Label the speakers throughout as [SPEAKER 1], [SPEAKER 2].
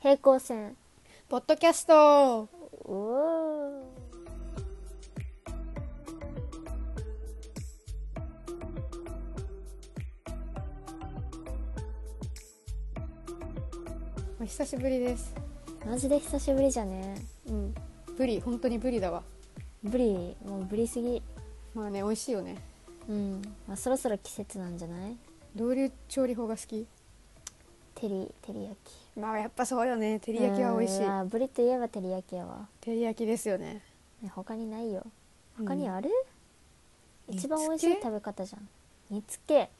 [SPEAKER 1] 平行線
[SPEAKER 2] ポッドキャスト
[SPEAKER 1] おー
[SPEAKER 2] お久しぶりです
[SPEAKER 1] マジで久しぶりじゃね
[SPEAKER 2] うんブリ本当にブリだわ
[SPEAKER 1] ブリもうブリすぎ
[SPEAKER 2] まあね美味しいよね
[SPEAKER 1] うん、まあ、そろそろ季節なんじゃない
[SPEAKER 2] どういう調理法が好き
[SPEAKER 1] 照り照り焼き
[SPEAKER 2] まあやっぱそうよね照り焼きは美味しい
[SPEAKER 1] うんあーブリといえば照り焼きやわ
[SPEAKER 2] 照り焼きですよね
[SPEAKER 1] ね他にないよ他に
[SPEAKER 2] うん
[SPEAKER 1] ある、
[SPEAKER 2] 煮
[SPEAKER 1] 一番美味しい
[SPEAKER 2] 付け
[SPEAKER 1] 食べ方じゃん煮つけ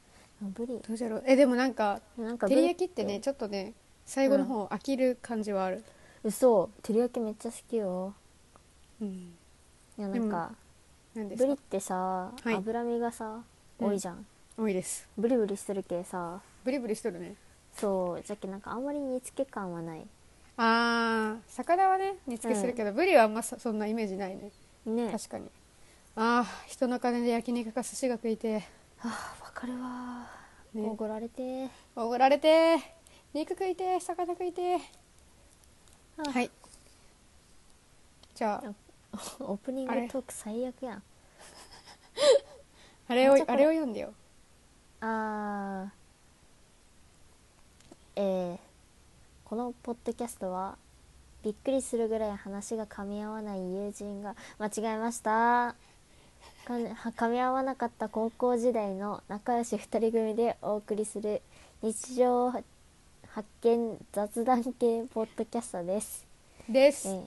[SPEAKER 1] ブリ
[SPEAKER 2] どうじゃろうえでもなんか
[SPEAKER 1] なんか
[SPEAKER 2] 照
[SPEAKER 1] ブリ
[SPEAKER 2] り焼きってねちょっとね最後の方飽きる感じはある
[SPEAKER 1] 嘘照り焼きめっちゃ好きよ
[SPEAKER 2] うん
[SPEAKER 1] いやなんか、
[SPEAKER 2] 何です
[SPEAKER 1] ブリっ
[SPEAKER 2] か
[SPEAKER 1] てさ、
[SPEAKER 2] はい
[SPEAKER 1] 脂身がさ
[SPEAKER 2] うん
[SPEAKER 1] 多いじゃん、
[SPEAKER 2] 多いです
[SPEAKER 1] ブリブリしてるけさ
[SPEAKER 2] ブリブリしとるね
[SPEAKER 1] そうじゃけなんかあんまり煮つけ感はない
[SPEAKER 2] あー魚はね煮付けするけど、ブリはあんまそそんなイメージないね
[SPEAKER 1] ね
[SPEAKER 2] 確かにああ人の金で焼肉か寿司が食いて
[SPEAKER 1] あわかるわ
[SPEAKER 2] え
[SPEAKER 1] おご、られて
[SPEAKER 2] おごられて肉食いて魚食いて
[SPEAKER 1] あ
[SPEAKER 2] はいじゃあ
[SPEAKER 1] オープニング
[SPEAKER 2] あれ
[SPEAKER 1] トーク最悪やん
[SPEAKER 2] あれを
[SPEAKER 1] じゃあこ
[SPEAKER 2] あ
[SPEAKER 1] れ
[SPEAKER 2] れを読んでよ
[SPEAKER 1] あーえーこのポッドキャストはびっくりするぐらい話が噛み合わない友人が間違えましたかんは噛み合わなかった高校時代の仲良し2人組でお送りする日常発見雑談系ポッドキャストです、
[SPEAKER 2] で
[SPEAKER 1] え
[SPEAKER 2] す、
[SPEAKER 1] ー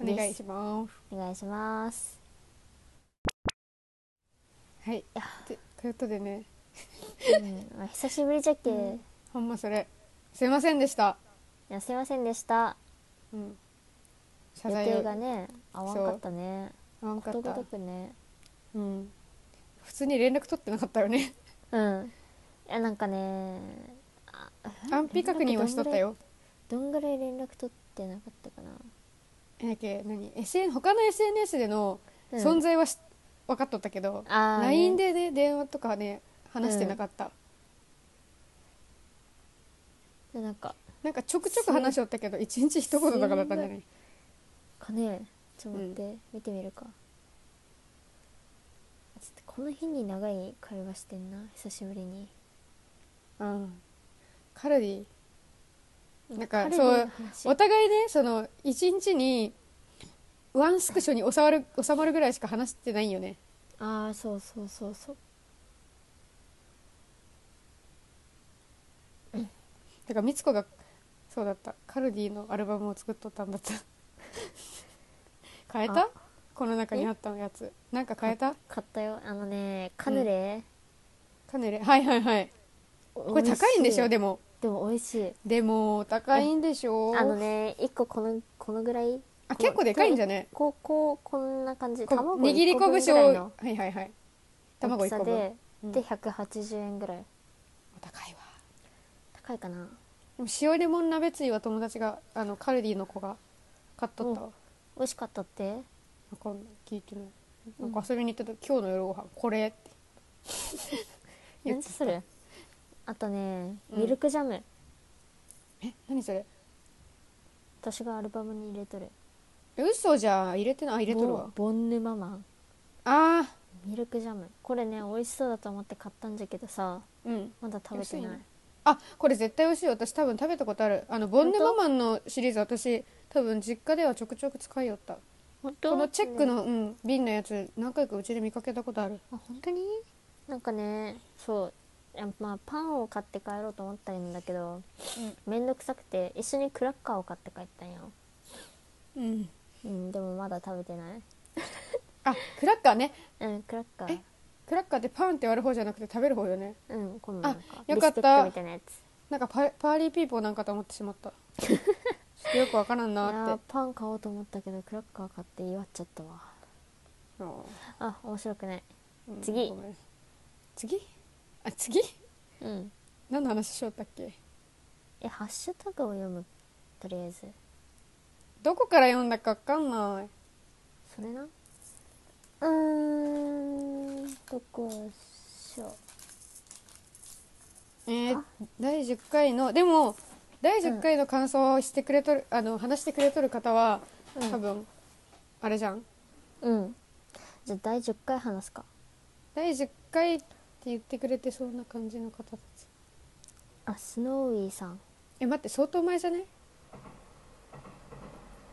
[SPEAKER 2] お願いします
[SPEAKER 1] お願いします
[SPEAKER 2] はいとということでね
[SPEAKER 1] うんまあ久しぶりじゃけ、い
[SPEAKER 2] ほんまそれすいませんでした、
[SPEAKER 1] やすいませんでした
[SPEAKER 2] うん、謝
[SPEAKER 1] 予
[SPEAKER 2] 罪を
[SPEAKER 1] 定がね合わんかったね
[SPEAKER 2] 合わんか
[SPEAKER 1] こと
[SPEAKER 2] っ
[SPEAKER 1] ご
[SPEAKER 2] た
[SPEAKER 1] とくね
[SPEAKER 2] うん普通に連絡取ってなかった よね
[SPEAKER 1] うんいやなんかねあ
[SPEAKER 2] 安否確認はしとったよ
[SPEAKER 1] どんぐらい連絡取ってなかったかな、
[SPEAKER 2] えだけ何 SN 他の SNS での
[SPEAKER 1] うん
[SPEAKER 2] 存在はし、分かっとったけど
[SPEAKER 1] あーね
[SPEAKER 2] LINE で、ね、電話とかね話してなかった、
[SPEAKER 1] でなんか
[SPEAKER 2] なんかちょくちょく話しとったけど一日一言とかだったんじゃない
[SPEAKER 1] かねちょっと待って、見てみるかちょっとこの日に長い会話してんな久しぶりに
[SPEAKER 2] うんカルディなんか
[SPEAKER 1] 彼
[SPEAKER 2] そ
[SPEAKER 1] の
[SPEAKER 2] う
[SPEAKER 1] 話
[SPEAKER 2] お互いねその一日にワンスクショに収まる収まるぐらいしか話してないんよね
[SPEAKER 1] ああそうそうそうそう
[SPEAKER 2] だからみつこがそうだったカルディのアルバムを作っとったんだった 変えた
[SPEAKER 1] あ
[SPEAKER 2] この中にあったやつなんか変えた
[SPEAKER 1] 買ったよあのねカヌレ、
[SPEAKER 2] カヌレはいはいはいこれ高いんでしょ
[SPEAKER 1] で
[SPEAKER 2] でも
[SPEAKER 1] でも美味しい
[SPEAKER 2] でも高いんでしょ
[SPEAKER 1] あのね一個このこのぐらい
[SPEAKER 2] あ結構でかいんじゃね
[SPEAKER 1] こうこうこんな感じ
[SPEAKER 2] こ
[SPEAKER 1] 卵
[SPEAKER 2] 握り
[SPEAKER 1] 1個分ぐ
[SPEAKER 2] 拳
[SPEAKER 1] らい
[SPEAKER 2] を
[SPEAKER 1] の
[SPEAKER 2] はいはいはい卵
[SPEAKER 1] 大きさ
[SPEAKER 2] 1個分
[SPEAKER 1] で、
[SPEAKER 2] うん
[SPEAKER 1] で180円ぐらい
[SPEAKER 2] 高いわ
[SPEAKER 1] 高いかな
[SPEAKER 2] でも塩レモン鍋つゆは友達があのカルディの子が買っとったわ
[SPEAKER 1] 美味しかったって
[SPEAKER 2] わかんない聞いてないなんか遊びに行った時、今日の夜ご飯これ って言
[SPEAKER 1] 何
[SPEAKER 2] ってた
[SPEAKER 1] それあとね
[SPEAKER 2] うん
[SPEAKER 1] ミルクジャム、
[SPEAKER 2] え何それ
[SPEAKER 1] 私がアルバムに入れとる
[SPEAKER 2] え嘘じゃん入れてないあ入れとるわ
[SPEAKER 1] ボボンヌママン
[SPEAKER 2] ああ
[SPEAKER 1] ミルクジャムこれね美味しそうだと思って買ったんじゃけどさ
[SPEAKER 2] うん
[SPEAKER 1] まだ食べてない
[SPEAKER 2] 安いねあこれ絶対美味しい私多分食べたことあるあのボンネマ
[SPEAKER 1] 本
[SPEAKER 2] マンのシリーズ私多分実家ではちょくちょく使いよった
[SPEAKER 1] 本当
[SPEAKER 2] このチェックの、うん、瓶のやつ何回かうちで見かけたことある
[SPEAKER 1] あ本当になんかねそういやまあパンを買って帰ろうと思ったんだけど面倒くさくて一緒にクラッカーを買って帰ったんよ、
[SPEAKER 2] うん、うん、
[SPEAKER 1] うん、でもまだ食べてない
[SPEAKER 2] あクラッカーね
[SPEAKER 1] うんクラッカー
[SPEAKER 2] えクラッカーってパンって割る方じゃなくて食べる方よね
[SPEAKER 1] うんこのなんか
[SPEAKER 2] あよか
[SPEAKER 1] ビス
[SPEAKER 2] った
[SPEAKER 1] ケットみたいなやつ
[SPEAKER 2] なんかパパーリーピーポーなんかと思ってしまった ちょっとよくわからん
[SPEAKER 1] いや
[SPEAKER 2] なー
[SPEAKER 1] ー
[SPEAKER 2] って
[SPEAKER 1] パン買おうと思ったけどクラッカー買って祝っちゃったわ
[SPEAKER 2] う
[SPEAKER 1] あ面白くない
[SPEAKER 2] ん
[SPEAKER 1] 次
[SPEAKER 2] ごめん次あ次
[SPEAKER 1] うん
[SPEAKER 2] 何の話しよったっけ
[SPEAKER 1] えハッシュタグを読むとりあえず
[SPEAKER 2] どこから読んだかわかんない
[SPEAKER 1] それなうーんどこしょ
[SPEAKER 2] えー、第10回のでも第10回の感想をしてくれとる、あの話してくれとる方は
[SPEAKER 1] うん
[SPEAKER 2] 多分、あれじゃん
[SPEAKER 1] うんじゃあ第10回話すか
[SPEAKER 2] 第10回って言ってくれてそうな感じの方たち
[SPEAKER 1] あスノーウィーさん
[SPEAKER 2] え待って相当前じゃね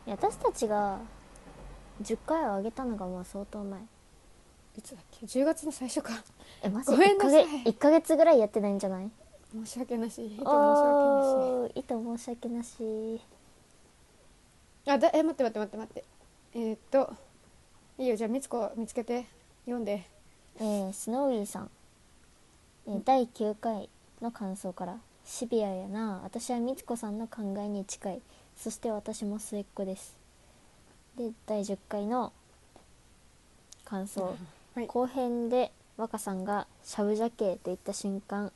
[SPEAKER 1] いや私たちが10回を上げたのがもう相当前
[SPEAKER 2] いつだっけ10月の最初か
[SPEAKER 1] えマジ
[SPEAKER 2] ごめ
[SPEAKER 1] 1
[SPEAKER 2] んな
[SPEAKER 1] ヶ
[SPEAKER 2] さい
[SPEAKER 1] 月1ヶ月ぐらいやってないんじゃない
[SPEAKER 2] 申し訳なしいいと申し訳なし
[SPEAKER 1] おーいと申し訳なし
[SPEAKER 2] あだえ待って待って待って待ってえー、っといいよじゃあみつこ見つけて読んで
[SPEAKER 1] えースノーウィーさん、えー第9回の感想から「シビアやな私はみつこさんの考えに近いそして私も末っ子です」で第10回の感想、
[SPEAKER 2] はい
[SPEAKER 1] 後編で若さんが「しゃぶじゃけ」と言った瞬間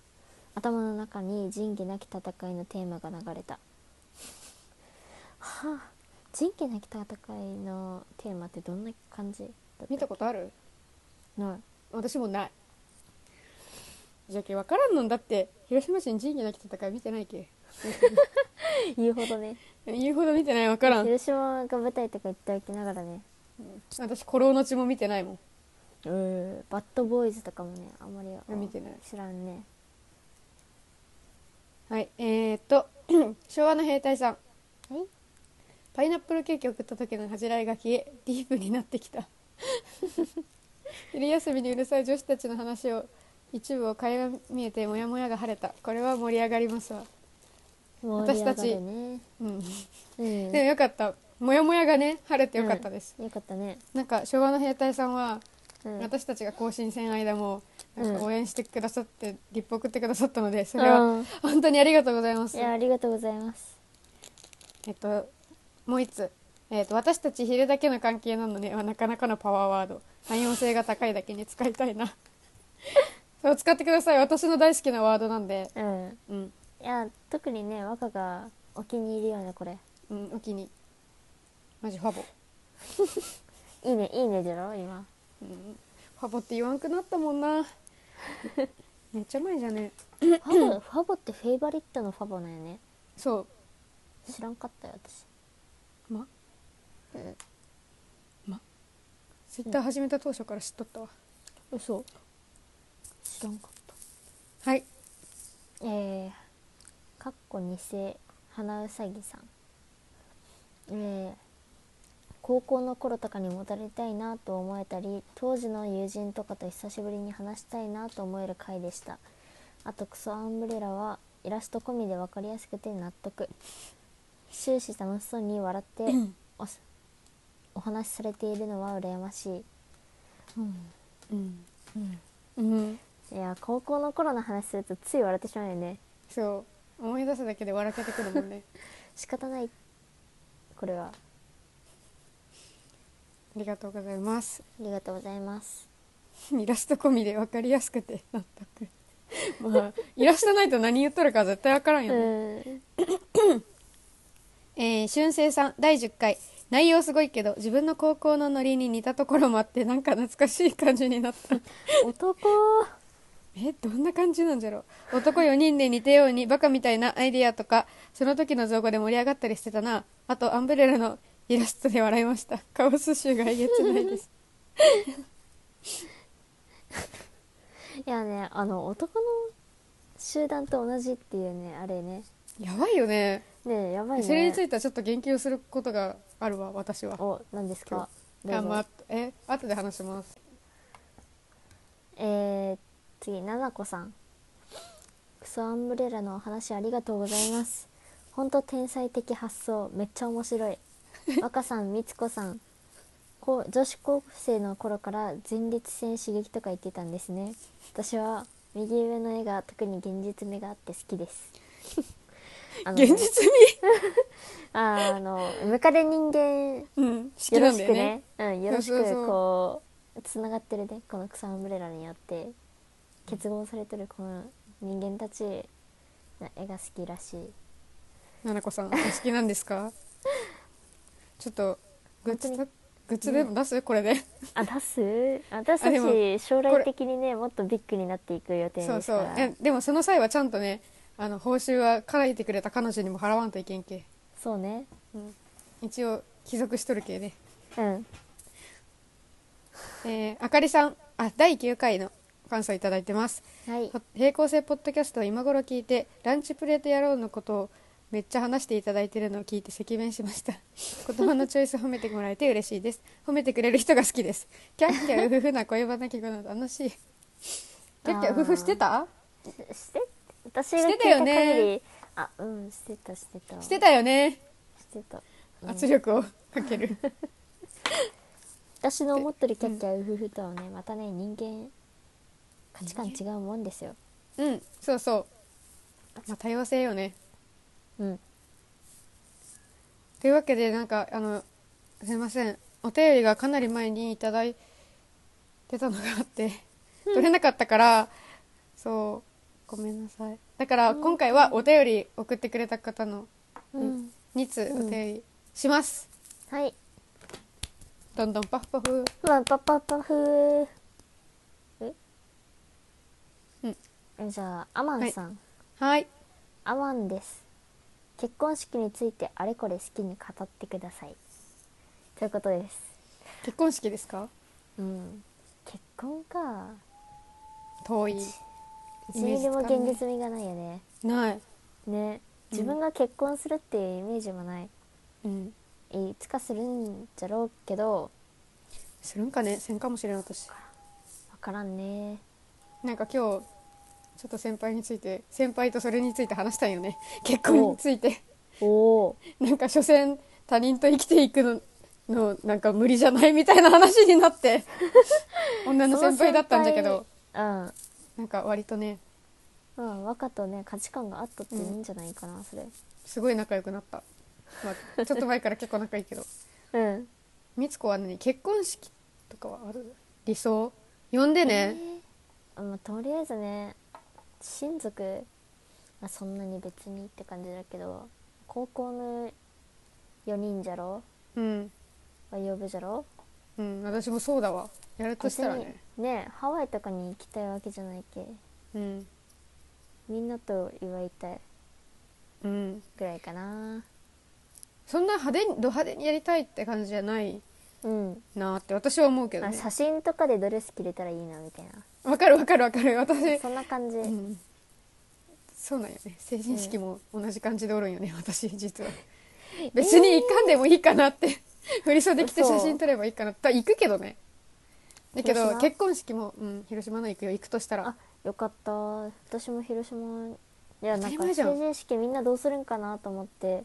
[SPEAKER 1] 頭の中に「仁義なき戦い」のテーマが流れたはあ仁義なき戦いのテーマってどんな感じだったっけ
[SPEAKER 2] 見たことある
[SPEAKER 1] ない
[SPEAKER 2] 私もないじゃけ分からんのんだって広島市に仁義なき戦い見てないけ
[SPEAKER 1] 言うほどね
[SPEAKER 2] 言うほど見てない分 からん
[SPEAKER 1] 広島が舞台とか言っておきながらね
[SPEAKER 2] 私古老の血も見てないもん
[SPEAKER 1] うんバッドボーイズとかもねあんまり
[SPEAKER 2] 見てない
[SPEAKER 1] 知らんね
[SPEAKER 2] はいえー、っと 昭和の兵隊さん
[SPEAKER 1] はい
[SPEAKER 2] パイナップルケーキを送った時の恥じらいが消えディープになってきた 昼休みにうるさい女子たちの話を一部を垣間見えてモヤモヤが晴れたこれは盛り上がりますわ
[SPEAKER 1] 盛り
[SPEAKER 2] 私
[SPEAKER 1] 上が
[SPEAKER 2] たち
[SPEAKER 1] るね
[SPEAKER 2] うん
[SPEAKER 1] うん
[SPEAKER 2] でもよかったモヤモヤがね晴れてよかったです、
[SPEAKER 1] うんよかったね
[SPEAKER 2] なんか昭和の兵隊さんは
[SPEAKER 1] うん
[SPEAKER 2] 私たちが更新戦間もなん
[SPEAKER 1] う
[SPEAKER 2] か
[SPEAKER 1] ん
[SPEAKER 2] 応援してくださってリップ送ってくださったのでそれは
[SPEAKER 1] うん
[SPEAKER 2] 本当にありがとうございま
[SPEAKER 1] い
[SPEAKER 2] す
[SPEAKER 1] やありがとうございます
[SPEAKER 2] えっともう一つ、えっと、私たち昼だけの関係なのではなかなかのパワーワード汎用性が高いだけに使いたいな そう使ってください私の大好きなワードなんで
[SPEAKER 1] うん
[SPEAKER 2] うん、
[SPEAKER 1] いや特にね若がお気に入りよねこれ
[SPEAKER 2] うん、お気にマジファボ、
[SPEAKER 1] いいねいいねじゃろ 今
[SPEAKER 2] うん、ファボって言わんくなったもんな めっちゃ前じゃね
[SPEAKER 1] ファボファボってフェイバリットのファボなんよね
[SPEAKER 2] そ
[SPEAKER 1] 知らんかったよ私
[SPEAKER 2] うままツイッター始めた当初から知っとったわ
[SPEAKER 1] 嘘知らんかった
[SPEAKER 2] はい
[SPEAKER 1] えー、かっこ偽花うさぎさんえー高校の頃とかに戻りたいなと思えたり当時の友人とかと久しぶりに話したいなと思える回でしたあとクソアンブレラはイラスト込みで分かりやすくて納得終始楽しそうに笑っ ておすお話しされているのは羨ましい
[SPEAKER 2] うん
[SPEAKER 1] うん
[SPEAKER 2] うん
[SPEAKER 1] いや高校の頃の話するとつい笑ってしまうよね
[SPEAKER 2] そう思い出すだけで笑けてくるもんね
[SPEAKER 1] 仕方ないこれは
[SPEAKER 2] ありがとうございます
[SPEAKER 1] ありがとうございます。
[SPEAKER 2] イラスト込みで分かりやすくて納得 まあイラストないと何言っとるか絶対分からんよね、
[SPEAKER 1] ん。
[SPEAKER 2] えー、俊生さん第10回内容すごいけど自分の高校のノリに似たところもあってなんか懐かしい感じになった
[SPEAKER 1] 男。
[SPEAKER 2] えどんな感じなんじゃろう男4人で似たようにバカみたいなアイディアとかその時の造語で盛り上がったりしてたなあとアンブレラのイラストで笑いましたカオス臭がえげつないです
[SPEAKER 1] いやね、あの男の集団と同じっていうね、あれね。
[SPEAKER 2] やばいよね
[SPEAKER 1] ねえ、やばいね。
[SPEAKER 2] それについてはちょっと言及することがあるわ私は
[SPEAKER 1] お、何ですか。ど
[SPEAKER 2] あ
[SPEAKER 1] うぞ
[SPEAKER 2] まあえ後で話します
[SPEAKER 1] えー、次、ななこさん。クソアンブレラのお話ありがとうございます。ほんと天才的発想、めっちゃ面白い。 若さん、みつこさん。こう女子高生の頃から前立腺刺激とか言ってたんですね。私は右上の絵が特に現実味があって好き です。あのね
[SPEAKER 2] 現実味、
[SPEAKER 1] あーあのムカデ人間
[SPEAKER 2] うん、好き
[SPEAKER 1] よ
[SPEAKER 2] な
[SPEAKER 1] ろ
[SPEAKER 2] ん
[SPEAKER 1] し
[SPEAKER 2] だ
[SPEAKER 1] くね
[SPEAKER 2] よね
[SPEAKER 1] うん、よろし
[SPEAKER 2] そう
[SPEAKER 1] く
[SPEAKER 2] そうそう
[SPEAKER 1] こうつながってるねこの草アンブレラによって結合されてるこの人間たちの絵が好きらしい
[SPEAKER 2] ななこさんお好 きなんですかちょっとグッズ
[SPEAKER 1] 本当
[SPEAKER 2] だグッズでも出す、これで
[SPEAKER 1] あ出 す私た
[SPEAKER 2] あでも
[SPEAKER 1] ち将来的にねもっとビッグになっていく予定
[SPEAKER 2] そう
[SPEAKER 1] です
[SPEAKER 2] そ
[SPEAKER 1] か
[SPEAKER 2] う
[SPEAKER 1] ら
[SPEAKER 2] えでもその際はちゃんとねあの報酬は書いてくれた彼女にも払わんといけんけ
[SPEAKER 1] そうね
[SPEAKER 2] 一応帰属しとるけね
[SPEAKER 1] うん
[SPEAKER 2] えーあかりさんあ第9回の感想いただいてます
[SPEAKER 1] はい
[SPEAKER 2] ほ平行性ポッドキャストを今頃聞いてランチプレート野郎のことをめっちゃ話していただいてるのを聞いて赤面しました 言葉のチョイス褒めてもらえて嬉しいです褒めてくれる人が好きですキャッキャウフフな恋バナ聞くの楽しいキャッキャウフフしてた
[SPEAKER 1] して私が聞い
[SPEAKER 2] してたよ
[SPEAKER 1] た限り
[SPEAKER 2] ね
[SPEAKER 1] あうんしてたしてた
[SPEAKER 2] してたよね
[SPEAKER 1] してたうん
[SPEAKER 2] 圧力をかける
[SPEAKER 1] 私の思ってるキャッキャウフフとはねまたね人間価値観違うもんですよ
[SPEAKER 2] うんそうそうまあ多様性よね
[SPEAKER 1] うん
[SPEAKER 2] というわけでなんかあのすいませんお便りがかなり前にいただいてたのがあって取れなかったからそうごめんなさいだから今回はお便り送ってくれた方の
[SPEAKER 1] うん
[SPEAKER 2] 2通お便りします、
[SPEAKER 1] はい
[SPEAKER 2] どんどんパフパフ
[SPEAKER 1] まあパパパフーえじゃあアマンさん、
[SPEAKER 2] はい
[SPEAKER 1] アマンです結婚式についてあれこれ好きに語ってくださいということです
[SPEAKER 2] 結婚式ですか
[SPEAKER 1] うん結婚か
[SPEAKER 2] 遠いイ
[SPEAKER 1] 1
[SPEAKER 2] メー
[SPEAKER 1] ミ
[SPEAKER 2] ジつ
[SPEAKER 1] リも
[SPEAKER 2] かん
[SPEAKER 1] 現実味がないよね
[SPEAKER 2] ない、
[SPEAKER 1] ね自分が結婚するっていうイメージもない、
[SPEAKER 2] うん、
[SPEAKER 1] いつかするんじゃろうけど
[SPEAKER 2] するんかねせんかもしれん私
[SPEAKER 1] わからんね
[SPEAKER 2] なんか今日ちょっと先輩について先輩とそれについて話したんよね結婚について
[SPEAKER 1] おお
[SPEAKER 2] なんか所詮他人と生きていくののなんか無理じゃないみたいな話になって 女の先輩だったんだけど
[SPEAKER 1] うん
[SPEAKER 2] なんか割とね
[SPEAKER 1] うん、若とね価値観があったっていいんじゃないかな、それ
[SPEAKER 2] すごい仲良くなった、まあ、ちょっと前から結構仲いいけど
[SPEAKER 1] うん
[SPEAKER 2] みつこは何結婚式とかはある理想呼んでね、
[SPEAKER 1] えーまあ、とりあえずね親族、まあ、そんなに別にって感じだけど高校の4人じゃろ
[SPEAKER 2] うん
[SPEAKER 1] は呼ぶじゃろ
[SPEAKER 2] うん私もそうだわやるとしたらね
[SPEAKER 1] 別にねハワイとかに行きたいわけじゃないけ
[SPEAKER 2] うん
[SPEAKER 1] みんなと祝いたい
[SPEAKER 2] うん
[SPEAKER 1] ぐらいかな
[SPEAKER 2] そんな派手にド派手にやりたいって感じじゃない
[SPEAKER 1] うん、
[SPEAKER 2] なって私は思うけど
[SPEAKER 1] あ
[SPEAKER 2] ね
[SPEAKER 1] 写真とかでドレス着れたらいいなみたいな
[SPEAKER 2] わかるわかるわかる私
[SPEAKER 1] そんな感じ、
[SPEAKER 2] うんそうなんよね成人式も同じ感じでおるんよね、私実は別に行かんでもいいかなって、 振り袖着て
[SPEAKER 1] 嘘
[SPEAKER 2] 写真撮ればいいかなって行くけどねだけ
[SPEAKER 1] 広
[SPEAKER 2] ど
[SPEAKER 1] 島
[SPEAKER 2] 結婚式も、うん、広島の行くよ行くとしたら
[SPEAKER 1] あよかった私も広島いやな
[SPEAKER 2] 当た
[SPEAKER 1] ん
[SPEAKER 2] り
[SPEAKER 1] か
[SPEAKER 2] 前じゃん
[SPEAKER 1] 成人式みんなどうするんかなと思ってや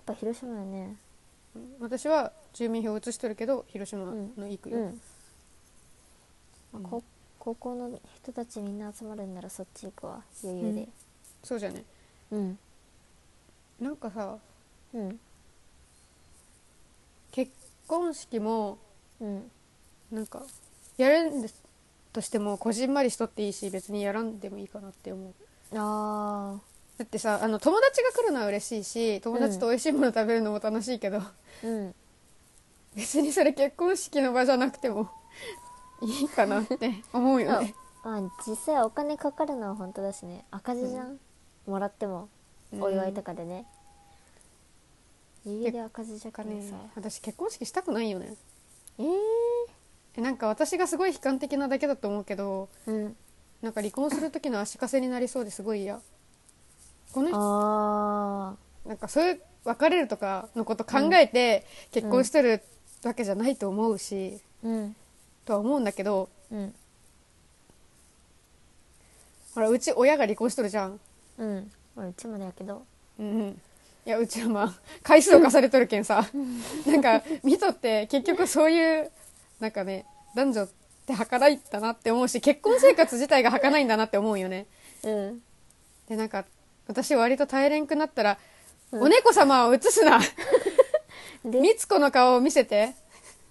[SPEAKER 1] っぱ広島よね
[SPEAKER 2] 私は住民票移しとるけど広島の行くよ、
[SPEAKER 1] うん、
[SPEAKER 2] うん
[SPEAKER 1] こ高校の人たちみんな集まるんならそっち行くわ余裕で
[SPEAKER 2] そうじゃね
[SPEAKER 1] うん
[SPEAKER 2] なんかさ
[SPEAKER 1] うん
[SPEAKER 2] 結婚式も
[SPEAKER 1] うん
[SPEAKER 2] なんかやるんですとしてもこじんまりしとっていいし別にやらんでもいいかなって思う
[SPEAKER 1] あ
[SPEAKER 2] だってさあの友達が来るのは嬉しいし友達と美味しいもの食べるのも楽しいけど、
[SPEAKER 1] ーうん
[SPEAKER 2] 別にそれ結婚式の場じゃなくてもいいかなって 思うよね、
[SPEAKER 1] まあ実際お金かかるのは本当だしね赤字じゃん、もらってもお祝いとかでね、余裕で赤字じゃ
[SPEAKER 2] な
[SPEAKER 1] か
[SPEAKER 2] んかね
[SPEAKER 1] ねさ
[SPEAKER 2] 私結婚式したくないよね
[SPEAKER 1] え
[SPEAKER 2] えなんか私がすごい悲観的なだけだと思うけど
[SPEAKER 1] えうん
[SPEAKER 2] なんか離婚する時の足かせになりそうですごい嫌この人
[SPEAKER 1] ああ
[SPEAKER 2] なんかそういう別れるとかのこと考えて結婚してるわけじゃないと思うし、
[SPEAKER 1] うん
[SPEAKER 2] とは思うんだけど
[SPEAKER 1] うん
[SPEAKER 2] ほらうち親が離婚しとるじゃん
[SPEAKER 1] うんまあうちもだけど
[SPEAKER 2] うんうんいやうちはまあ回数を重ねとるけんさなんか見とって結局そういうなんかね男女って儚いんだなって思うし結婚生活自体が儚いんだなって思うよね
[SPEAKER 1] うん
[SPEAKER 2] でなんか私割と耐えれんくなったら、
[SPEAKER 1] うん
[SPEAKER 2] お猫様を映すな
[SPEAKER 1] で
[SPEAKER 2] みつこの顔を見せて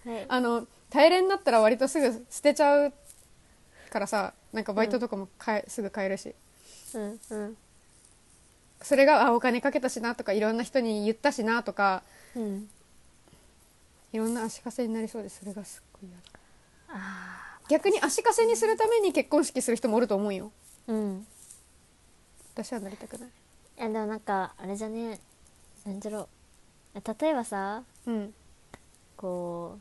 [SPEAKER 1] はい
[SPEAKER 2] あの耐えれんなったら割とすぐ捨てちゃうからさなんかバイトとかもかえ、すぐ買えるし
[SPEAKER 1] うんうん
[SPEAKER 2] それがあお金かけたしなとかいろんな人に言ったしなとか
[SPEAKER 1] うん
[SPEAKER 2] いろんな足かせになりそうでそれがすっごい嫌だ
[SPEAKER 1] あ
[SPEAKER 2] 逆に足かせにするために結婚式する人もおると思うよ
[SPEAKER 1] あうん
[SPEAKER 2] 私はなりたくない
[SPEAKER 1] いやでもなんかあれじゃねなんじゃろ例えばさ
[SPEAKER 2] うん
[SPEAKER 1] こ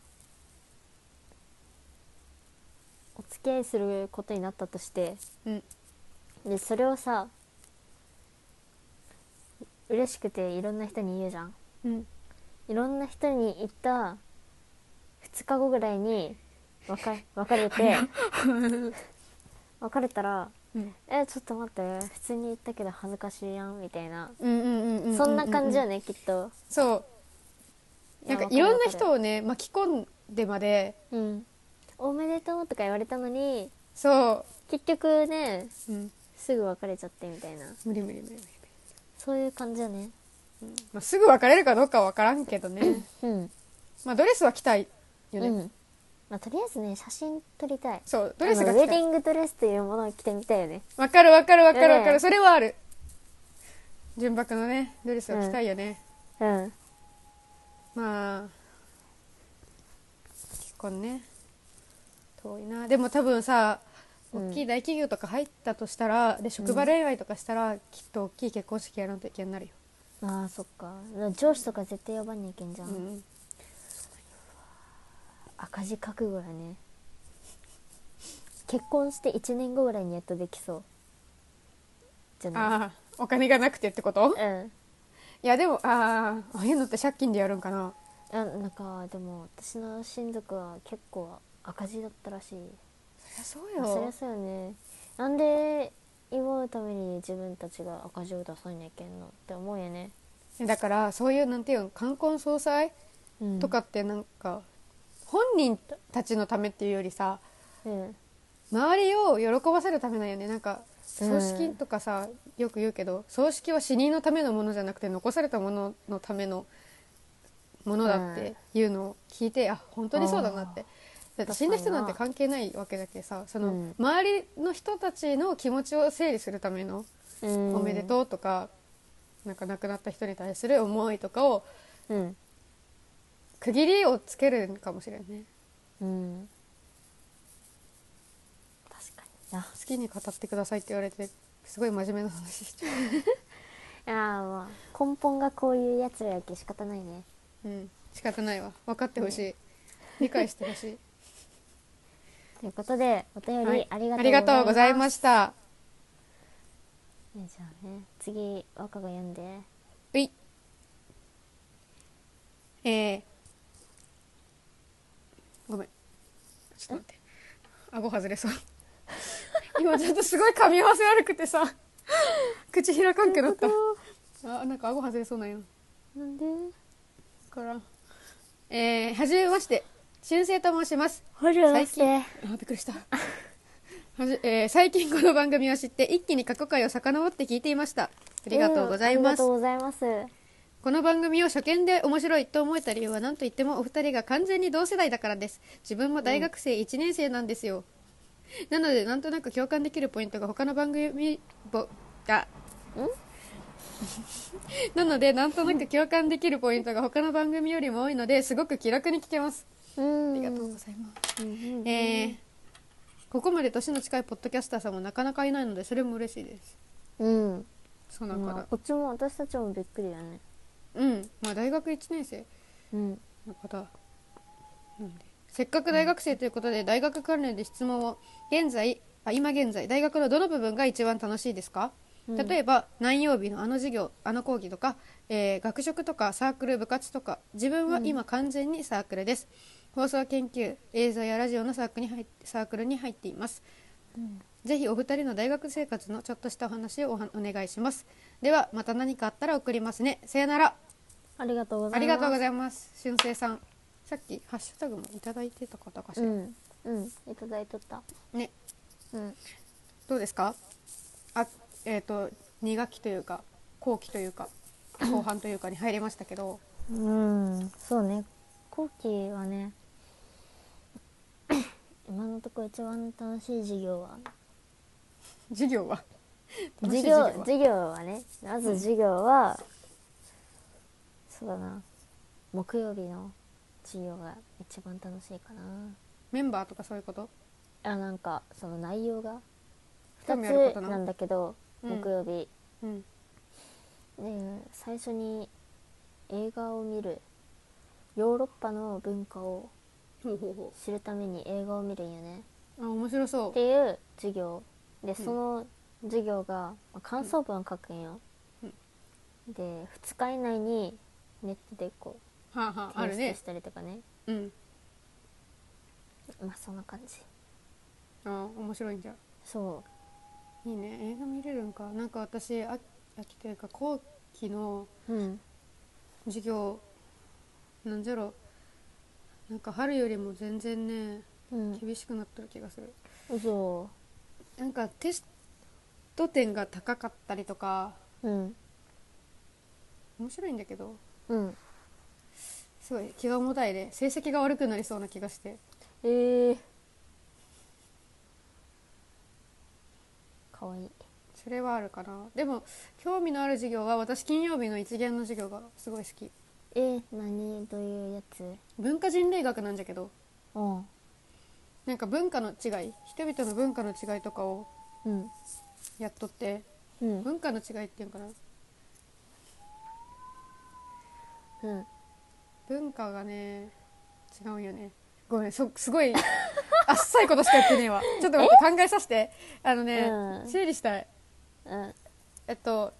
[SPEAKER 1] うお付き合いすることになったとして
[SPEAKER 2] うん
[SPEAKER 1] でそれをさ嬉しくていろんな人に言うじゃん
[SPEAKER 2] うん
[SPEAKER 1] いろんな人に言った2日後ぐらいに 別れ別れて 別れたら
[SPEAKER 2] うん
[SPEAKER 1] 「えちょっと待って普通に言ったけど恥ずかしいやん」みたいな
[SPEAKER 2] うんうんうんうん
[SPEAKER 1] そんな感じよ
[SPEAKER 2] ね
[SPEAKER 1] ね、きっと
[SPEAKER 2] そうなんかいろんな人をね巻き込んでまで
[SPEAKER 1] うんおめでとうとか言われたのに
[SPEAKER 2] そ
[SPEAKER 1] 結局ね
[SPEAKER 2] う、うん、
[SPEAKER 1] すぐ別れちゃってみたいな
[SPEAKER 2] 無理無理無理無理、
[SPEAKER 1] そういう感じよね
[SPEAKER 2] まあ、すぐ別れるかどうかは分からんけどね
[SPEAKER 1] うん
[SPEAKER 2] まあドレスは着たいよね、
[SPEAKER 1] うんまあとりあえずね写真撮りたい
[SPEAKER 2] そうドレス
[SPEAKER 1] あ
[SPEAKER 2] が
[SPEAKER 1] のウ
[SPEAKER 2] 着
[SPEAKER 1] ェデ
[SPEAKER 2] たい
[SPEAKER 1] ィングドレスというものを着てみたいよね
[SPEAKER 2] 分かる分かる分かる分か
[SPEAKER 1] う
[SPEAKER 2] る
[SPEAKER 1] ん
[SPEAKER 2] それはある純白のねドレスは着たいよね、
[SPEAKER 1] うん
[SPEAKER 2] まあ結婚ね遠いなでも多分さ
[SPEAKER 1] うん
[SPEAKER 2] 大きい大企業とか入ったとしたら、で職場恋愛とかしたら、きっと大きい結婚式やらんといけんなるよ、
[SPEAKER 1] ああそっか上司とか絶対呼ばんにいけんじゃん、
[SPEAKER 2] うん
[SPEAKER 1] 赤字覚悟やね結婚して1年後ぐらいにやっとできそうじゃない
[SPEAKER 2] ああお金がなくてってこ
[SPEAKER 1] う
[SPEAKER 2] と
[SPEAKER 1] ん
[SPEAKER 2] いやでもああああいうのって借金でやるんかな
[SPEAKER 1] あなんかでも私の親族は結構赤字だったらしい
[SPEAKER 2] そりゃそう
[SPEAKER 1] そりゃ
[SPEAKER 2] よ
[SPEAKER 1] そうよねなんで祝うために自分たちが赤字を出さなきゃいけんのって思うよね、
[SPEAKER 2] だからそういうなんていうの冠婚葬祭
[SPEAKER 1] うん、
[SPEAKER 2] とかってなんか、本人たちのためっていうよりさ
[SPEAKER 1] うん
[SPEAKER 2] 周りを喜ばせるためなんよねなんか葬式とかさ、よく言うけど葬式は死人のためのものじゃなくて残されたもののためのものだっていうのを聞いて、あ本当にそうだなってだって死んだ人なんて関係ないわけだけどさその、
[SPEAKER 1] うん
[SPEAKER 2] 周りの人たちの気持ちを整理するための「おめでとう」とか、なんか亡くなった人に対する思いとかを
[SPEAKER 1] ううん、
[SPEAKER 2] 区切りをつけるかもしれんね
[SPEAKER 1] うん、確かにな
[SPEAKER 2] 好きに語ってくださいって言われてすごい真面目な話しちゃう、
[SPEAKER 1] あーまあ根本がこういうやつらやけ仕方ないね
[SPEAKER 2] うん、仕方ないわ分かってほしい理解してほしい
[SPEAKER 1] ということでお便
[SPEAKER 2] は
[SPEAKER 1] り
[SPEAKER 2] い
[SPEAKER 1] ありが
[SPEAKER 2] ありがと
[SPEAKER 1] と
[SPEAKER 2] う
[SPEAKER 1] う
[SPEAKER 2] ご
[SPEAKER 1] ご
[SPEAKER 2] ざ
[SPEAKER 1] ざ
[SPEAKER 2] い
[SPEAKER 1] います,、
[SPEAKER 2] ました。
[SPEAKER 1] ねじゃあね次和歌が読んで
[SPEAKER 2] うい。えー、ごめん。ちょっと待って。顎外れそう。 今ちょっとすごい噛み合わせ悪くてさ、 口開かんくなった。あ、なんか顎外れそうなんよ。
[SPEAKER 1] なんで
[SPEAKER 2] から。えー、はじめまして。春生と申します。
[SPEAKER 1] ほら
[SPEAKER 2] 最近
[SPEAKER 1] て
[SPEAKER 2] あびっくりしたはじ、えー最近この番組を知って一気に過去回を遡って聞いていましたありがとうござい
[SPEAKER 1] んあ
[SPEAKER 2] ま
[SPEAKER 1] りが
[SPEAKER 2] す、
[SPEAKER 1] とうございます
[SPEAKER 2] この番組を初見で面白いと思えた理由は何と言ってもお二人が完全に同世代だからです自分も大学生1年生なんですよ、なのでなんとなく共感できるポイントが他の番組ぼあ
[SPEAKER 1] ん
[SPEAKER 2] なのでなんとなく共感できるポイントが他の番組よりも多いのですごく気楽に聞けます
[SPEAKER 1] うん
[SPEAKER 2] ありがとうございます
[SPEAKER 1] うん
[SPEAKER 2] えーここまで年の近いポッドキャスターさんもなかなかいないのでそれも嬉しいです
[SPEAKER 1] うん、
[SPEAKER 2] そうだ
[SPEAKER 1] まあ
[SPEAKER 2] か
[SPEAKER 1] こっちも私たちもびっくりだね
[SPEAKER 2] らうんまあ大学1年生
[SPEAKER 1] うん
[SPEAKER 2] の方なんでせっかく大学生ということで大学関連で質問を現在あ今現在大学のどの部分が一番楽しいですか、例えば何曜日のあの授業あの講義とか、えー学食とかサークル部活とか自分は今完全にサークルです、放送研究映像やラジオのサークルに入っサークルに入っていますぜひお二人の大学生活のちょっとしたお話をおはお願いしますではまた何かあったら送りますねさよなら
[SPEAKER 1] ありがとうござ
[SPEAKER 2] あ
[SPEAKER 1] い
[SPEAKER 2] り
[SPEAKER 1] ます
[SPEAKER 2] がとうございます俊生さんさっきハッシュタグもいただいてた方かしら、
[SPEAKER 1] うんうんいただいとった
[SPEAKER 2] ね
[SPEAKER 1] うん
[SPEAKER 2] どうですかあえっ、と2学期というか後期という か後半というかに入れましたけど
[SPEAKER 1] うんそうね後期はね 今のところ一番楽しい授業は
[SPEAKER 2] 授業は楽しい
[SPEAKER 1] 授業
[SPEAKER 2] は
[SPEAKER 1] 授業はねまず授業は、そうだな木曜日の授業が一番楽しいかな
[SPEAKER 2] メンバーとかそういうこと
[SPEAKER 1] あなんかその内容が
[SPEAKER 2] 興味あるこ
[SPEAKER 1] 2
[SPEAKER 2] と
[SPEAKER 1] つ
[SPEAKER 2] な
[SPEAKER 1] なんだけど、
[SPEAKER 2] うん
[SPEAKER 1] 木曜日
[SPEAKER 2] うん
[SPEAKER 1] で最初に映画を見るヨーロッパの文化を
[SPEAKER 2] ほうほうほ
[SPEAKER 1] 知るために映画を見るんよね
[SPEAKER 2] うあ面白そ
[SPEAKER 1] っていう授業でその授業が、まあ感想文を書くんよ、
[SPEAKER 2] うん
[SPEAKER 1] で2日以内にネットでこう
[SPEAKER 2] うはあ、はあ、ある
[SPEAKER 1] 提出
[SPEAKER 2] ね
[SPEAKER 1] したりとかね
[SPEAKER 2] うん
[SPEAKER 1] まあそんな感じ
[SPEAKER 2] あ面白いんじゃん
[SPEAKER 1] そ
[SPEAKER 2] いいね映画見れるんかなんか私あ秋というか後期の
[SPEAKER 1] ううん
[SPEAKER 2] 授業なんじゃろなんか春よりも全然ね
[SPEAKER 1] うん
[SPEAKER 2] 厳しくなってる気がする
[SPEAKER 1] そ
[SPEAKER 2] なんかテスト点が高かったりとか
[SPEAKER 1] ううん
[SPEAKER 2] 面白いんだけど
[SPEAKER 1] うん
[SPEAKER 2] すごい気が重たいで成績が悪くなりそうな気がして
[SPEAKER 1] えー、かわいい
[SPEAKER 2] それはあるかなでも興味のある授業は私金曜日の一元の授業がすごい好き
[SPEAKER 1] えー、何どういうやつ
[SPEAKER 2] 文化人類学なんじゃけど
[SPEAKER 1] うん
[SPEAKER 2] なんか文化の違い人々の文化の違いとかを
[SPEAKER 1] うん
[SPEAKER 2] やっとって
[SPEAKER 1] うん
[SPEAKER 2] 文化の違いっていうのかな
[SPEAKER 1] うん
[SPEAKER 2] 文化がね違うんよねごめんそ すごいあっさいことしか言ってねえわちょっと待って考えさせてあのね、
[SPEAKER 1] うん
[SPEAKER 2] 整理したい
[SPEAKER 1] うん
[SPEAKER 2] えっと、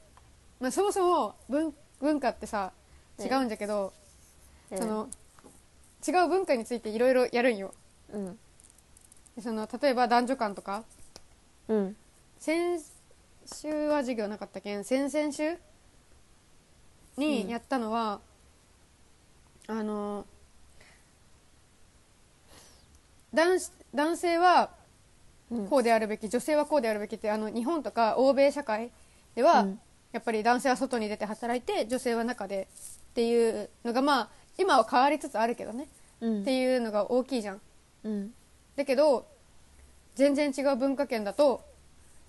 [SPEAKER 2] まあ、そもそも文文化ってさ違うんじゃけど、その違う文化についていろいろやるんよ
[SPEAKER 1] うん
[SPEAKER 2] その例えば男女間とか
[SPEAKER 1] うん
[SPEAKER 2] 先週は授業なかったけん先々週
[SPEAKER 1] うん
[SPEAKER 2] にやったのは、あの男子男性は
[SPEAKER 1] うん
[SPEAKER 2] こうであるべき、女性はこうであるべきってあの日本とか欧米社会では、
[SPEAKER 1] うん
[SPEAKER 2] やっぱり男性は外に出て働いて女性は中でっていうのがまあ今は変わりつつあるけどね、
[SPEAKER 1] うん
[SPEAKER 2] っていうのが大きいじゃん。
[SPEAKER 1] うん
[SPEAKER 2] だけど全然違う文化圏だと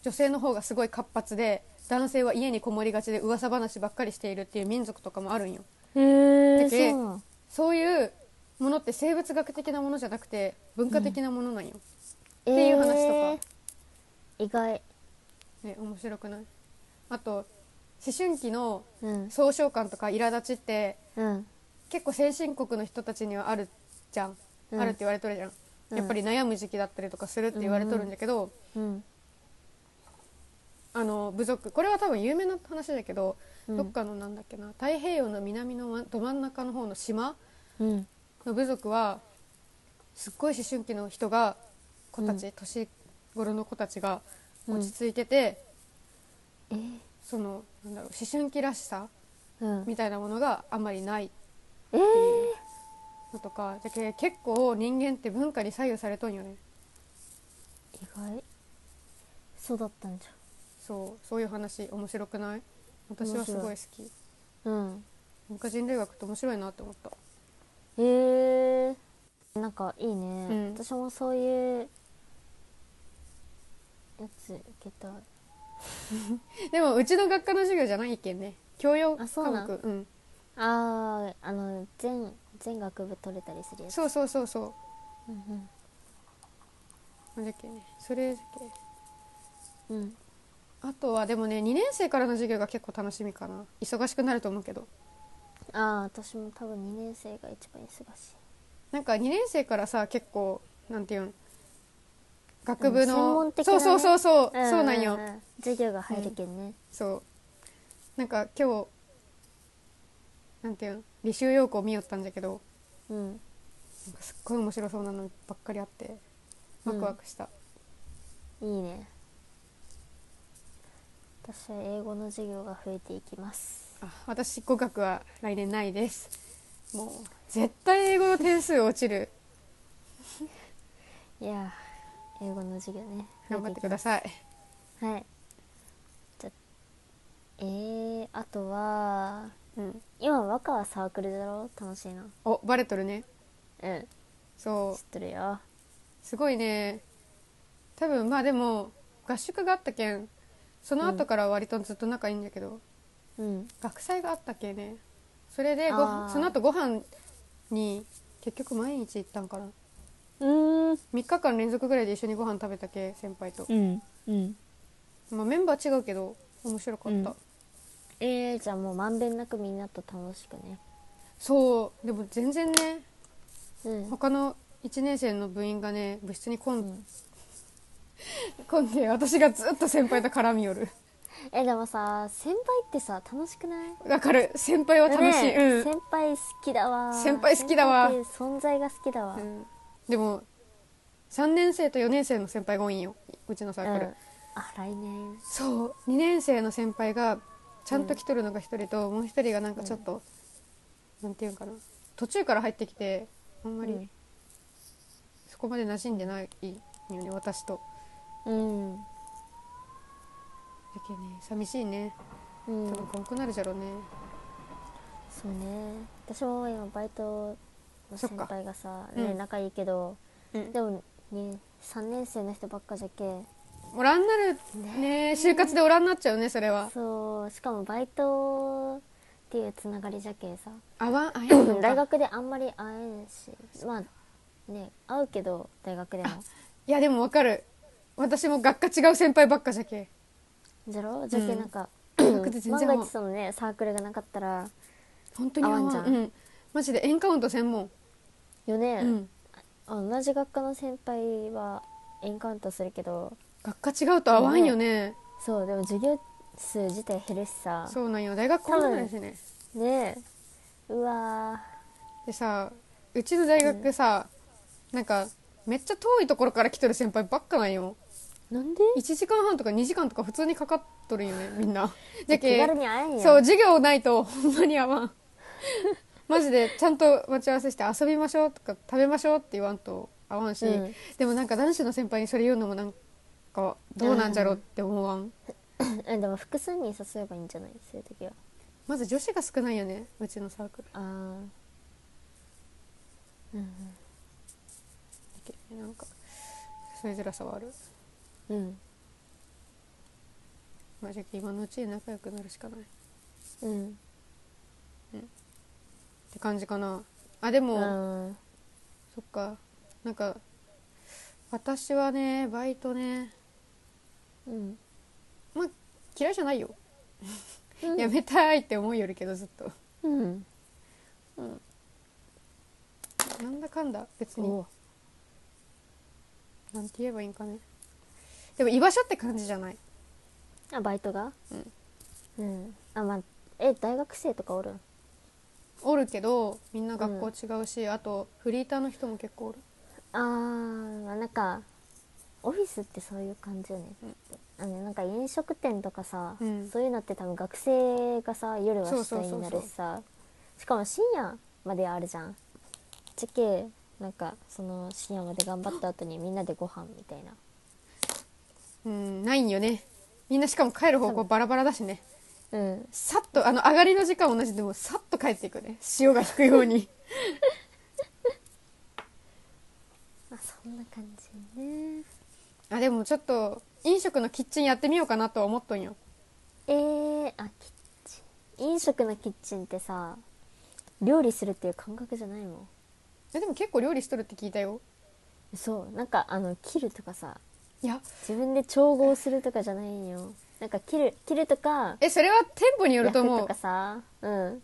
[SPEAKER 2] 女性の方がすごい活発で男性は家にこもりがちで噂話ばっかりしているっていう民族とかもあるんよ
[SPEAKER 1] へえ
[SPEAKER 2] だけ
[SPEAKER 1] そうなん
[SPEAKER 2] そういうものって生物学的なものじゃなくて文化的なものなんよ、
[SPEAKER 1] って
[SPEAKER 2] いう話とか
[SPEAKER 1] 意外
[SPEAKER 2] ね面白くないあと思春期の
[SPEAKER 1] うん
[SPEAKER 2] 総称感とか苛立ちって
[SPEAKER 1] うん
[SPEAKER 2] 結構先進国の人たちにはあるじゃん、
[SPEAKER 1] うん
[SPEAKER 2] あるって言われとるじゃん、
[SPEAKER 1] うん
[SPEAKER 2] やっぱり悩む時期だったりとかするって言われとるんだけど、
[SPEAKER 1] うん
[SPEAKER 2] あの部族これは多分有名な話だけど、
[SPEAKER 1] うん
[SPEAKER 2] どっかのなんだっけな太平洋の南のわど真ん中の方の島
[SPEAKER 1] うん
[SPEAKER 2] の部族はすっごい思春期の人が子たち、年頃の子たちが
[SPEAKER 1] うん
[SPEAKER 2] 落ち着いてて、
[SPEAKER 1] え
[SPEAKER 2] そのなんだろう思春期らしさ
[SPEAKER 1] うん
[SPEAKER 2] みたいなものがあんまりない
[SPEAKER 1] えー
[SPEAKER 2] のとかだけ結構人間って文化に左右されとんよね
[SPEAKER 1] 意外そうだったんじ
[SPEAKER 2] そうそういう話面白くない私はすごい好き
[SPEAKER 1] ゃうん
[SPEAKER 2] 文化人類学って面白いなって思った
[SPEAKER 1] へえなんかいいね、
[SPEAKER 2] うん
[SPEAKER 1] 私もそういうやつ受けたい
[SPEAKER 2] でもうちの学科の授業じゃないけんね教養科
[SPEAKER 1] あそうなん
[SPEAKER 2] 目うん
[SPEAKER 1] あーあの全全学部取れたりするやつ
[SPEAKER 2] そうそうそうそう
[SPEAKER 1] うん
[SPEAKER 2] なんだっけねそれだっけ
[SPEAKER 1] うんうん
[SPEAKER 2] あとはでもね2年生からの授業が結構楽しみかな忙しくなると思うけど
[SPEAKER 1] ああ私も多分2年生が一番忙しい
[SPEAKER 2] なんか2年生からさ結構なんていうん学部
[SPEAKER 1] 専
[SPEAKER 2] の、
[SPEAKER 1] 門的な
[SPEAKER 2] そう
[SPEAKER 1] ね
[SPEAKER 2] そうそうそう、
[SPEAKER 1] ん
[SPEAKER 2] そうなんよ、
[SPEAKER 1] 授業が入るけんね、
[SPEAKER 2] そうなんか今日なんていうん履修要項見よったんだけど
[SPEAKER 1] うん、
[SPEAKER 2] なんかすっごい面白そうなのばっかりあってワクワクした、
[SPEAKER 1] いいね私は英語の授業が増えていきます
[SPEAKER 2] あ私語学は来年ないですもう絶対英語の点数落ちる
[SPEAKER 1] いやー英語の授業ね増え
[SPEAKER 2] 頑張って
[SPEAKER 1] い
[SPEAKER 2] て
[SPEAKER 1] き
[SPEAKER 2] く
[SPEAKER 1] ま
[SPEAKER 2] だ
[SPEAKER 1] す
[SPEAKER 2] さい
[SPEAKER 1] はいじゃえー、あとは
[SPEAKER 2] うん、
[SPEAKER 1] 今和歌はサークルだろ楽しいな
[SPEAKER 2] おバレとるね
[SPEAKER 1] うん
[SPEAKER 2] そ
[SPEAKER 1] 知ってるよ
[SPEAKER 2] うすごいね多分まあでも合宿があったけんその後から割とずっと仲いいんだけど、
[SPEAKER 1] うん
[SPEAKER 2] 学祭があったけねそれでご
[SPEAKER 1] あー
[SPEAKER 2] その後ご飯に結局毎日行ったんかな
[SPEAKER 1] うん
[SPEAKER 2] 3日間連続ぐらいで一緒にご飯食べたけ先輩と、
[SPEAKER 1] うんうん
[SPEAKER 2] まあ、メンバー違うけど面白かった、
[SPEAKER 1] うんえー、じゃあもうまんべんなくみんなと楽しくね
[SPEAKER 2] そうでも全然ね
[SPEAKER 1] うん
[SPEAKER 2] 他の1年生の部員がね部室に混ん,、
[SPEAKER 1] ん
[SPEAKER 2] 混んで私がずっと先輩と絡み寄る
[SPEAKER 1] えでもさ先輩ってさ楽しくない
[SPEAKER 2] わかる先輩は楽しい、
[SPEAKER 1] ねえ
[SPEAKER 2] うん
[SPEAKER 1] 先輩好きだわ
[SPEAKER 2] 先輩好きだわ
[SPEAKER 1] 先輩って存在が好きだわ、
[SPEAKER 2] うんでも3年生と4年生の先輩が多いんようちのサークル、
[SPEAKER 1] うんあ来年
[SPEAKER 2] そう2年生の先輩がちゃんと来とるのが1人と、もう1人がなんかちょっと、なんていうんかな途中から入ってきてあんま
[SPEAKER 1] う
[SPEAKER 2] り
[SPEAKER 1] ん
[SPEAKER 2] そこまで馴染んでないよね私と
[SPEAKER 1] うん、
[SPEAKER 2] だけね寂しいね
[SPEAKER 1] うん
[SPEAKER 2] 多分こんくなるじゃろうね、
[SPEAKER 1] そうね私も今バイトの
[SPEAKER 2] そっ
[SPEAKER 1] 先
[SPEAKER 2] か
[SPEAKER 1] 輩がさ、ね
[SPEAKER 2] うん
[SPEAKER 1] 仲いいけど
[SPEAKER 2] うん、
[SPEAKER 1] でもね3年生の人ばっかじゃけ
[SPEAKER 2] おらんなるね就活でおらんなっちゃうねそれは
[SPEAKER 1] そうしかもバイトっていうつながりじゃけさ
[SPEAKER 2] あわんあやんのか
[SPEAKER 1] 大学であんまり会えんしまあね会うけど大学でも
[SPEAKER 2] いやでもわかる私も学科違う先輩ばっかじゃけ
[SPEAKER 1] じゃろじゃけ
[SPEAKER 2] うん
[SPEAKER 1] なんか、
[SPEAKER 2] 学で全
[SPEAKER 1] 万
[SPEAKER 2] 然
[SPEAKER 1] が
[SPEAKER 2] 合わん
[SPEAKER 1] 一そのねサークルがなかったら
[SPEAKER 2] 本当に合わん
[SPEAKER 1] 合わんじゃん
[SPEAKER 2] うん、マジでエンカウント専門
[SPEAKER 1] よ
[SPEAKER 2] う
[SPEAKER 1] ね、
[SPEAKER 2] ん
[SPEAKER 1] あ同じ学科の先輩はエンカウントするけど
[SPEAKER 2] 学科違うと合わんよね
[SPEAKER 1] そうでも授業数自体減るしさ
[SPEAKER 2] そうなんよ大学こんなないしね
[SPEAKER 1] ねえうわ
[SPEAKER 2] でさうちの大学さ、なんかめっちゃ遠いところから来てる先輩ばっかなんよ
[SPEAKER 1] ーなんで
[SPEAKER 2] 1時間半とか2時間とか普通にかかっとるんよねみんなじゃ
[SPEAKER 1] 気
[SPEAKER 2] け
[SPEAKER 1] 軽に会えんやん
[SPEAKER 2] そう授業ないとほんまに合わんマジでちゃんと待ち合わせして遊びましょうとか食べましょうって言わんと合わんし、
[SPEAKER 1] うん
[SPEAKER 2] でもなんか男子の先輩にそれ言うのもなんかどうなんじゃろうって思わん、
[SPEAKER 1] うんでも複数に誘えばいいんじゃないそういう時は
[SPEAKER 2] まず女子が少ないよねうちのサークル
[SPEAKER 1] ああうん
[SPEAKER 2] だけなんかそういうづらさはある
[SPEAKER 1] うん
[SPEAKER 2] まあじゃあ今のうちに仲良くなるしかないっ
[SPEAKER 1] うん
[SPEAKER 2] て感じかなあでも、
[SPEAKER 1] うん
[SPEAKER 2] そっかなんか私はねバイトね
[SPEAKER 1] うん
[SPEAKER 2] まあ嫌いじゃないよ、
[SPEAKER 1] うん
[SPEAKER 2] やめたいって思いよるけどずっと
[SPEAKER 1] うん
[SPEAKER 2] なんだかんだ別に
[SPEAKER 1] お
[SPEAKER 2] なんて言えばいいんかねでも居場所って感じじゃない
[SPEAKER 1] あバイトがうん、あまあえ大学生とかおるん
[SPEAKER 2] おるけどみんな学校違うし、あとフリーターの人も結構おる
[SPEAKER 1] あーまあなんかオフィスってそういう感じよね、あのなんか飲食店とかさ、
[SPEAKER 2] うん
[SPEAKER 1] そういうのって多分学生がさ夜は
[SPEAKER 2] そう
[SPEAKER 1] 主
[SPEAKER 2] そう
[SPEAKER 1] 体
[SPEAKER 2] そうそう
[SPEAKER 1] になるしさしかも深夜まであるじゃんちっけなんかその深夜まで頑張った後にみんなでご飯みたいな
[SPEAKER 2] うんないんよねみんなしかも帰る方向バラバラだしね
[SPEAKER 1] うん
[SPEAKER 2] さっとあの上がりの時間は同じでもさっと帰っていくね潮が引くように
[SPEAKER 1] まあそんな感じね
[SPEAKER 2] あでもちょっと飲食のキッチンやってみようかなとは思っとんよ
[SPEAKER 1] えー、あキッチン飲食のキッチンってさ料理するっていう感覚じゃないもん
[SPEAKER 2] えでも結構料理しとるって聞いたよ
[SPEAKER 1] そうなんかあの切るとかさ
[SPEAKER 2] いや
[SPEAKER 1] 自分で調合するとかじゃないんよなんか切る切るとか
[SPEAKER 2] えそれは店舗による
[SPEAKER 1] 焼
[SPEAKER 2] と
[SPEAKER 1] く
[SPEAKER 2] 思
[SPEAKER 1] と
[SPEAKER 2] う
[SPEAKER 1] かさうん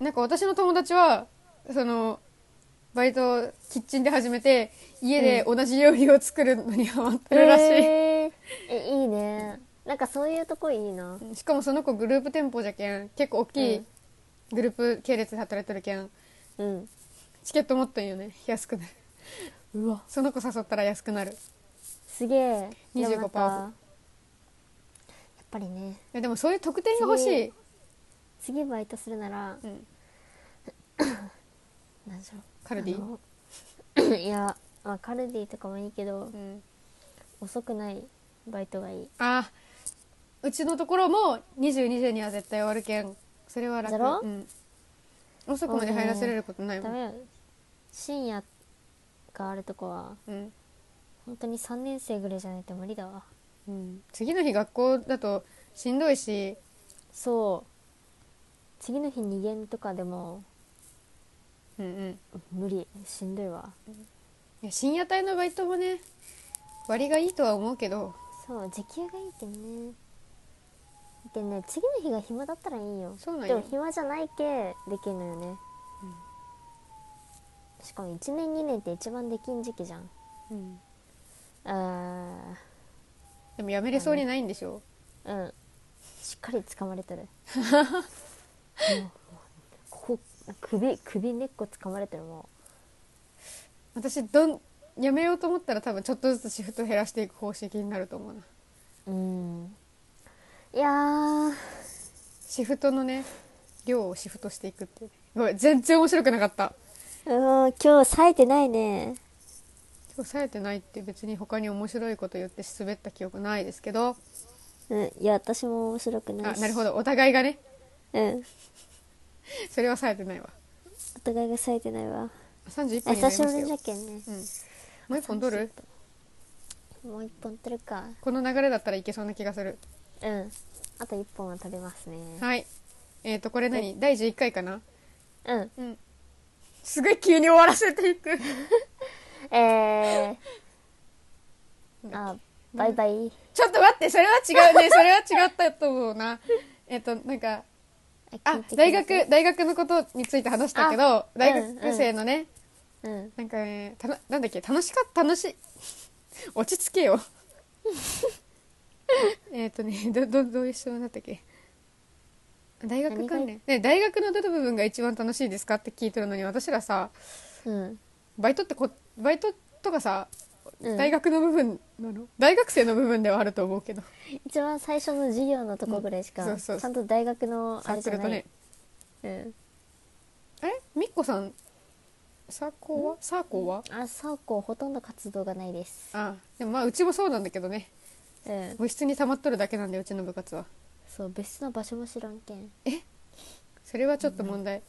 [SPEAKER 2] なんか私の友達はそのバイトキッチンで始めて家で同じ料理を作るのにハマってるらしい、
[SPEAKER 1] えーえいいねなんかそういうとこいいな
[SPEAKER 2] しかもその子グループ店舗じゃけん結構大き
[SPEAKER 1] う
[SPEAKER 2] い
[SPEAKER 1] ん
[SPEAKER 2] グループ系列で働いてるけん
[SPEAKER 1] うん
[SPEAKER 2] チケット持っとんよね安くなる
[SPEAKER 1] うわ
[SPEAKER 2] その子誘ったら安くなる
[SPEAKER 1] すげえ
[SPEAKER 2] 25%
[SPEAKER 1] でもなんかやっぱりね
[SPEAKER 2] えでもそういう特典が欲しい、
[SPEAKER 1] 次バイトするなら
[SPEAKER 2] うん、
[SPEAKER 1] 何しろ
[SPEAKER 2] カルディ、
[SPEAKER 1] ィ いや、まあ、カルディとかもいいけど
[SPEAKER 2] うん、
[SPEAKER 1] 遅くないバイトがいい
[SPEAKER 2] あうちのところも22時には絶対終わるけんそれは楽
[SPEAKER 1] だろ
[SPEAKER 2] うん、遅くまで入らせれることないも
[SPEAKER 1] ダ
[SPEAKER 2] ん、
[SPEAKER 1] メよ深夜があるとこは
[SPEAKER 2] うん
[SPEAKER 1] 本当に3年生ぐらいじゃないと無理だわ
[SPEAKER 2] うん、次の日学校だとしんどいし
[SPEAKER 1] そう次の日2限とかでも
[SPEAKER 2] うんうん
[SPEAKER 1] 無理しんどいわ
[SPEAKER 2] いや深夜帯のバイトもね割がいいとは思うけど
[SPEAKER 1] そう時給がいいけどねけんね次の日が暇だったらいいよ
[SPEAKER 2] そうなん
[SPEAKER 1] で
[SPEAKER 2] よ
[SPEAKER 1] も暇じゃないけできんのよね、
[SPEAKER 2] うん
[SPEAKER 1] しかも1年2年って一番できん時期じゃん
[SPEAKER 2] うん
[SPEAKER 1] あ
[SPEAKER 2] でもやめれそうにないんでしょ
[SPEAKER 1] ーうんしっかり掴まれてるもうもうここ首首根っこ掴まれてるも
[SPEAKER 2] 私どんやめようと思ったら多分ちょっとずつシフト減らしていく方式になると思うな
[SPEAKER 1] ううんいやー
[SPEAKER 2] シフトのね量をシフトしていくっていうねごめん全然面白くなかった
[SPEAKER 1] うーん今日冴えてないね
[SPEAKER 2] 今日冴えてないって別に他に面白いこと言って滑った記憶ないですけど
[SPEAKER 1] うんいや私も面白くない
[SPEAKER 2] あ
[SPEAKER 1] し
[SPEAKER 2] なるほどお互いがね
[SPEAKER 1] うん
[SPEAKER 2] それは冴えてないわ
[SPEAKER 1] お互いが冴えてないわ
[SPEAKER 2] 31
[SPEAKER 1] あ
[SPEAKER 2] 分に
[SPEAKER 1] 久
[SPEAKER 2] なり
[SPEAKER 1] し
[SPEAKER 2] ま
[SPEAKER 1] ぶ
[SPEAKER 2] した
[SPEAKER 1] り
[SPEAKER 2] よ
[SPEAKER 1] じゃけんね
[SPEAKER 2] うん、もう一本取る
[SPEAKER 1] もう一本取るか
[SPEAKER 2] この流れだったらいけそうな気がする
[SPEAKER 1] うんあと一本は取れますね
[SPEAKER 2] はいえっ、ー、とこれ何第11回かな
[SPEAKER 1] うん
[SPEAKER 2] うんすごい急に終わらせていく
[SPEAKER 1] えー、あバイバイ
[SPEAKER 2] ちょっと待ってそれは違うねそれは違ったと思うなえっとなんかあ
[SPEAKER 1] 聞いてくださ
[SPEAKER 2] 大
[SPEAKER 1] い
[SPEAKER 2] 学大学のことについて話したけど大学生のね、
[SPEAKER 1] うん
[SPEAKER 2] なんかねたのなんだっけ楽しかった楽しい 落ち着けよ えっとねどどどういう質問だったっけ大学関連ね大学のどの部分が一番楽しいですかって聞いてるのに私らさ
[SPEAKER 1] うん
[SPEAKER 2] バイトってこバイトとかさ
[SPEAKER 1] うん
[SPEAKER 2] 大学の部分なの、大学生の部分ではあると思うけど
[SPEAKER 1] 一番最初の授業のとこぐらいしか、
[SPEAKER 2] うんそうそう
[SPEAKER 1] ちゃんと大学の
[SPEAKER 2] サ
[SPEAKER 1] あれ
[SPEAKER 2] ーク
[SPEAKER 1] じゃ
[SPEAKER 2] ル
[SPEAKER 1] な
[SPEAKER 2] と
[SPEAKER 1] い、
[SPEAKER 2] ね
[SPEAKER 1] うん
[SPEAKER 2] あれみっこさんサーコーはサーコーは
[SPEAKER 1] あサーコーほとんど活動がないです
[SPEAKER 2] あでもまあうちもそうなんだけどね
[SPEAKER 1] うん
[SPEAKER 2] 部室に溜まっとるだけなんでうちの部活は
[SPEAKER 1] そう別室の場所も知らんけん
[SPEAKER 2] それはちょっと問題、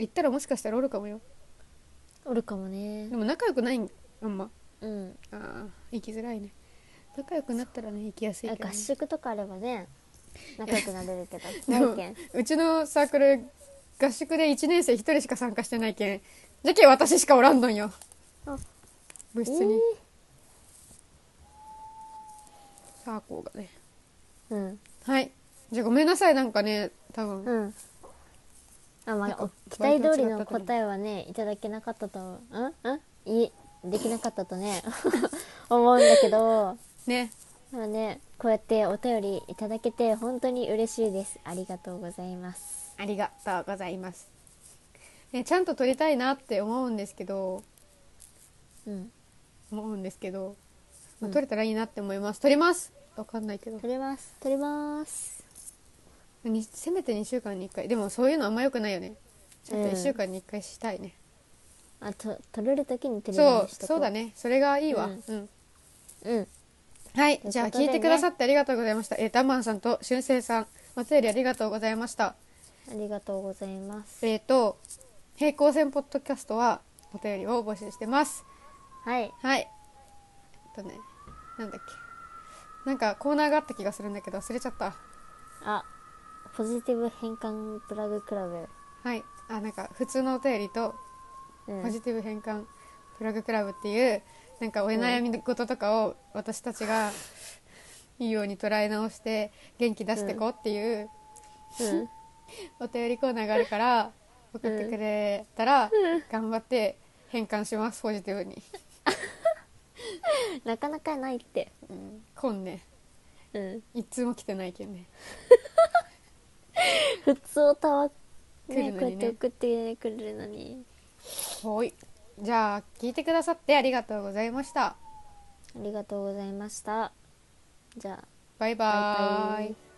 [SPEAKER 2] 行ったらもしかしたらおるかもよ
[SPEAKER 1] おるかもね
[SPEAKER 2] でも仲良くないんあんま
[SPEAKER 1] うん
[SPEAKER 2] あー行きづらいね仲良くなったらね行きやすい
[SPEAKER 1] あ
[SPEAKER 2] けど、
[SPEAKER 1] 合
[SPEAKER 2] ね、
[SPEAKER 1] 宿とかあればね仲良くなれるけど
[SPEAKER 2] で
[SPEAKER 1] ない
[SPEAKER 2] も
[SPEAKER 1] けん
[SPEAKER 2] うちのサークル合宿で1年生1人しか参加してないけんじゃけん私しかおらんのんよ
[SPEAKER 1] あ
[SPEAKER 2] 部室に、
[SPEAKER 1] えー
[SPEAKER 2] サーコーがね
[SPEAKER 1] うん
[SPEAKER 2] はいじゃあごめんなさいなんかね多分、
[SPEAKER 1] うんあま
[SPEAKER 2] なんか
[SPEAKER 1] あお期待通り
[SPEAKER 2] バイト違った
[SPEAKER 1] の
[SPEAKER 2] と思う
[SPEAKER 1] 答えはねいただけなかったと思うんうんいいできなかったと ね思うんだけど
[SPEAKER 2] ね
[SPEAKER 1] まあねこうやってお便りいただけて本当に嬉しいですありがとうございます
[SPEAKER 2] ありがとうございます、ね、ちゃんと撮りたいなって思うんですけど
[SPEAKER 1] うん
[SPEAKER 2] 思うんですけど、ま
[SPEAKER 1] う
[SPEAKER 2] あ、
[SPEAKER 1] ん
[SPEAKER 2] 撮れたらいいなって思います撮りますわかんないけど
[SPEAKER 1] 撮れます撮れます
[SPEAKER 2] にせめて2週間に1回でもそういうのあんま良くないよねちょっと
[SPEAKER 1] うん
[SPEAKER 2] 1週間に1回したいね、
[SPEAKER 1] あと撮れる時に撮れるよ
[SPEAKER 2] そう
[SPEAKER 1] にしとこ
[SPEAKER 2] そうだねそれがいいわ
[SPEAKER 1] う
[SPEAKER 2] うんん、
[SPEAKER 1] うん
[SPEAKER 2] はい
[SPEAKER 1] ということでね
[SPEAKER 2] じゃあ聞いてくださってありがとうございましたえーダマンさんとしゅんせいさんお便りありがとうございました
[SPEAKER 1] ありがとうございます
[SPEAKER 2] えっ、と平行線ポッドキャストはお便りを募集してます
[SPEAKER 1] はい
[SPEAKER 2] はいえっとねなんだっけなんかコーナーがあった気がするんだけど忘れちゃった
[SPEAKER 1] あポジティブ変換プラグクラブ
[SPEAKER 2] はいあなんか普通のお便りと
[SPEAKER 1] うん
[SPEAKER 2] ポジティブ変換プラグクラブっていうなんかお悩み事とかを私たちがいいように捉え直して元気出してこうっていう
[SPEAKER 1] うん
[SPEAKER 2] お便りコーナーがあるから送ってくれたら頑張って変換しますポジティブに、
[SPEAKER 1] なかなかないって
[SPEAKER 2] うん、今ね
[SPEAKER 1] うん
[SPEAKER 2] いつも来てないけんね
[SPEAKER 1] 普通をたわ、ね
[SPEAKER 2] 来るの
[SPEAKER 1] こ
[SPEAKER 2] にね
[SPEAKER 1] うやって送ってくれるのに
[SPEAKER 2] はいじゃあ聞いてくださってありがとうございました
[SPEAKER 1] ありがとうございましたじゃあ
[SPEAKER 2] バイバ
[SPEAKER 1] バイバ
[SPEAKER 2] イ
[SPEAKER 1] イ